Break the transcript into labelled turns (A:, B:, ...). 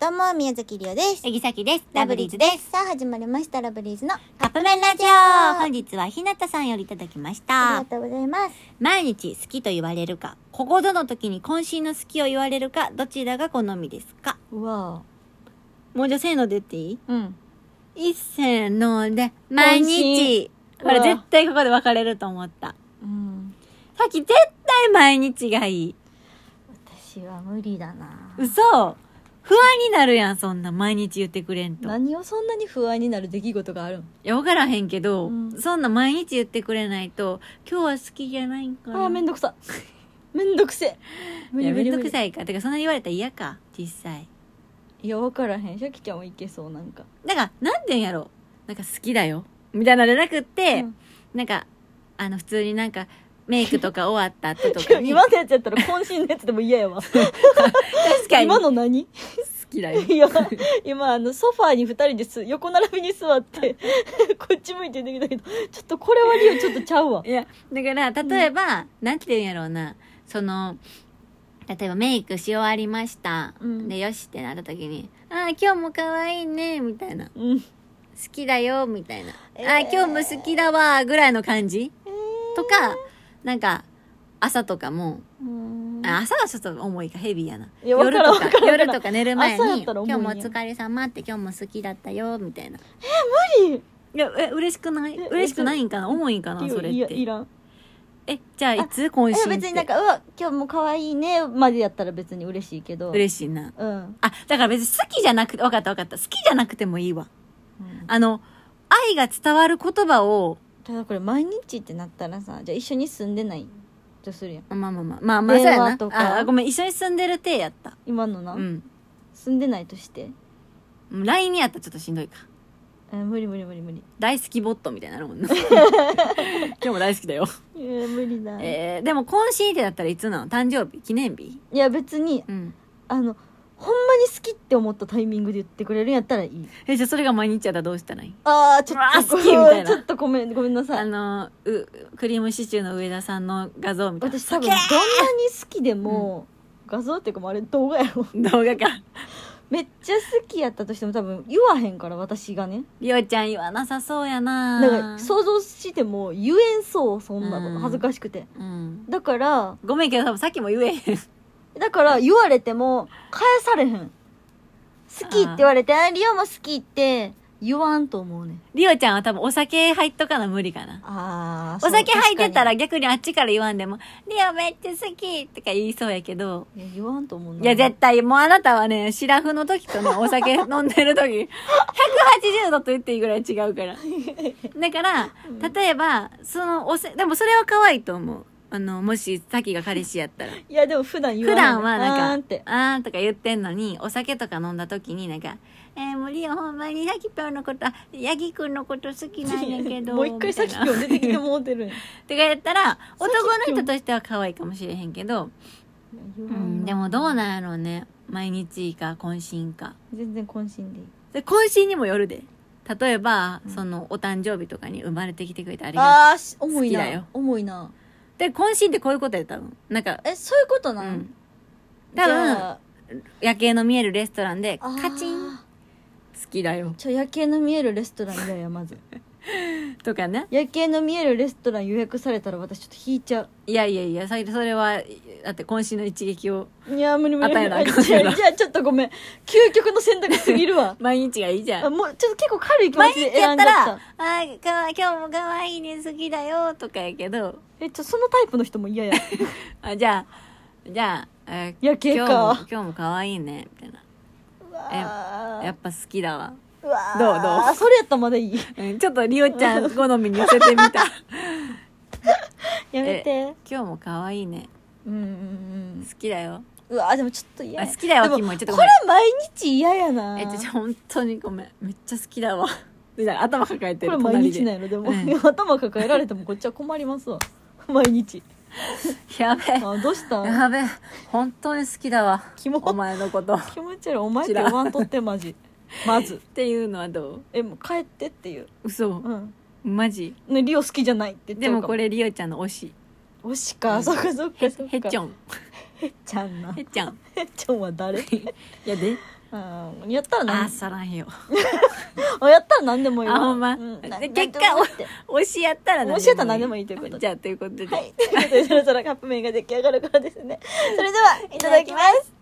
A: どうも、宮崎りおです。
B: えぎさきです。ラブリーズです。
A: さあ、始まりました、ラブリーズの。
B: カップ麺ラジオ本日はひなたさんよりいただきまし
A: あ
B: た
A: り。がとうございます。
B: 毎日好きと言われるか、ここぞの時に渾身の好きを言われるか、どちらが好みですか
A: うわ
B: もうじゃあせーので言っていい
A: うん。
B: いっせーので、毎日。
A: 渾身
B: これ
A: うわ
B: 絶対ここで別れると思った。
A: うん。
B: さっき絶対毎日がいい。
A: 私は無理だな。
B: 嘘不安になるやん、そんな毎日言ってくれんと。い
A: 何をそんなに不安になる出来事があるん
B: や、わからへんけど、
A: うん
B: そんな毎日言ってくれないと、今日は好きじゃないんかな。
A: あー、めんどくさ。 めんどくせえ。無
B: い
A: 理
B: や
A: 無
B: め
A: 理
B: ん
A: 無
B: ど
A: 理
B: くさいかてかそんな言われたら嫌か実際
A: いや、わからへん。シャキちゃんはいけそう、 なんか。
B: だからなんて言うんやろなんか好きだよみたいなのじゃなくって、
A: うん
B: なんかあの普通になんかメイクとか終わった後とか に
A: 今のやつやったら渾身のやつでも嫌やわ。
B: 確かに
A: 今の
B: 好
A: 何
B: きだよ
A: いや、 今、あの、ソファーに二人です、横並びに座 って、こっち向いて出てきたけど、ちょっとこれはリオちょっとちゃうわ
B: い。やだから例えば、なんて言うんやろうなその例えばメイクし終わりました、
A: うん
B: でよしってなった時に「ああ今日も可愛いね」みたいな「好
A: うん。
B: きだよ」みたいな「
A: えー
B: ああ今日も好きだわ」ぐらいの感じとか、なんか朝とかも
A: うん
B: あ朝はちょっと重いかヘビーやない
A: や
B: 夜
A: わ
B: と
A: から
B: か
A: んわからん
B: 夜とか寝る前
A: 朝や
B: に
A: っ
B: 「
A: たら重
B: 今
A: い
B: 日
A: んや
B: もお疲れ様って今日も好きだったよ」みたいな
A: 無理
B: いやえ嬉しくない
A: え
B: 嬉しくないんかな重いんかない
A: いよ
B: それ
A: い
B: っ
A: やい
B: て
A: らん
B: えじゃあいつ渾
A: いや
B: 身
A: 別になん
B: って
A: か「うわ今日も可愛いね」までやったら別に嬉しいけど
B: 嬉しいな
A: うん、
B: あだから別に好きじゃなくて分かった分かった好きじゃなくてもいいわ
A: うん
B: あの愛が伝わる言葉を
A: ただこれ毎日ってなったらさじゃあ一緒に住んでないとするやん
B: まあまあまあまあまあそう
A: 電話
B: や
A: と
B: な
A: か
B: あごめん一緒に住んでる体やった
A: 今のな、
B: うん
A: 住んでないとして、
B: もう LINE にやったらちょっとしんどいか
A: えー無理無理無理無理
B: 大好きボットみたいになるもん な今日も大好きだよ
A: いや無理だ、
B: えー、でも懇親ってだったらいつなの誕生日記念日
A: いや別に
B: うん。
A: あのほんまに好きって思ったタイミングで言ってくれるんやったらいい
B: え、じゃあそれが毎日やったらどうしたらいい
A: あーちょっと
B: うわ好きみたいな
A: ちょっとごめんごめんなさ
B: あ
A: い
B: の、う、クリームシチューの上田さんの画像みたいな。
A: 私多分
B: す
A: どんなに好きでも、画像っていうかもうあれ動画やろ
B: げー動画か。
A: めっちゃ好きやったとしても多分言わへんから私がね
B: りおちゃん言わなさそうやな
A: だから想像しても言えんそうそんな
B: う
A: の
B: ん
A: 恥ずかしくて
B: うん。
A: だから
B: ごめんけど多分さっきも言えへん。
A: だから言われても返されへん好きって言われてあリオも好きって言わんと思うねん
B: りおちゃんは多分お酒入っとかな無理かな。
A: あ
B: お酒入ってたら
A: い
B: 逆にあっちから言わんでも、りおめっちゃ好きとか言いそうやけど、
A: や言わんと思うない
B: や、絶対、もうあなたはね、シラフの時とね、お酒飲んでる時、180度と言っていいぐらい違 うから。だから、例えば、そのおせ、でもそれは可愛いと思う。あの、もし、さきが彼氏やったら。
A: いやでも普段言わ
B: 普段は
A: あ
B: な
A: ー
B: ん
A: っ
B: か
A: て、
B: あーんとか言ってんのに、お酒とか飲んだ時になんか、えー、もうリオほんまにさきぴょんのこと、あヤギくんのこと好きなんやけ ど。
A: もう一回さっき今
B: みたい
A: 日出
B: な
A: てきてもうてるんや
B: とかや ったら、男の人としては可愛いかもしれへんけど、
A: 言
B: う、
A: わなん
B: でもどうなんやろうね。毎日か、渾身か。
A: 全然渾身でいい
B: で懇親にもよるで例えば、
A: うん
B: そのお誕生日とかに生まれてきてくれてありがと
A: ああー重い
B: 好きだよ
A: な重いな
B: うで懇親ってこういうことや多分なんか
A: えそういうこと
B: う
A: なん、
B: ん多
A: じ
B: 分
A: ゃあ
B: 夜景の見えるレストランで
A: あー
B: カチン好きだよ
A: ちょ夜景の見えるレストラン嫌やま ず
B: とかね
A: 夜景の見えるレストラン予約されたら私ちょっと引いちゃ
B: いやいやいやそれそれはだって懇親の一撃を
A: ういや無理無理無
B: あ
A: 理
B: ったやな
A: あじ ゃあじゃあちょっとごめん究極の選択すぎるわ
B: 毎日がいいじゃ
A: あ
B: ん
A: もうちょっと結構軽い気持
B: 毎
A: ち
B: 日
A: で
B: や
A: 選
B: っ
A: んじ
B: た
A: ゃった
B: ら「あーかわい今日もかわいいね好きだよ」とかやけど
A: えちょそのタイプの人も嫌や
B: あじゃあじゃあ、えー
A: 夜景
B: 今日も
A: か
B: 今日もかわいいねみたいな
A: うわ
B: や
A: ー
B: っぱ好きだわ
A: うわー
B: どうどう
A: それやったらまだい い
B: うんちょっとりおちゃん好みに寄せてみた
A: やめて
B: 今日も可愛いね
A: うんうんうん
B: 好きだよ
A: うわーでもちょっと嫌
B: あ
A: や
B: 好きだよ
A: でも
B: キモいちょっとご
A: こ
B: め
A: れ
B: ん
A: 毎日嫌やな
B: えちょちょ本当にごめんめっちゃ好きだわみたいな 頭抱えて
A: こ
B: る
A: れ毎
B: 隣
A: 日なん
B: で
A: やろでも、
B: う
A: 頭抱えられてもこっちは困りますわ毎日
B: やべえ
A: あどうしたん
B: やべえ本当に好きだわ
A: キモ
B: お前のことっ
A: 気持ち悪いお前って言わんとってマジまず
B: ていうのはどう
A: えもう帰ってっていう
B: 嘘
A: うん
B: マジ
A: ねリオ好きじゃないって言っち
B: で
A: ゃうか
B: もこれりおちゃんの推し
A: 推しか、
B: うん
A: そっかそっかそっか
B: へっちょ
A: ん
B: ん
A: へっちゃんな
B: へっちゃん
A: へっちゃんは誰
B: やで
A: うん、やったら
B: あ
A: な
B: ーさらんよ
A: あやったら何でもいいわ
B: あほんま
A: うん
B: で
A: な
B: 結果
A: なんでもいいって
B: 推しやったら
A: 推しやったら何でもいいということで
B: じゃあということで、
A: はいということでそろそろカップ麺が出来上がるからですねそれではいただきます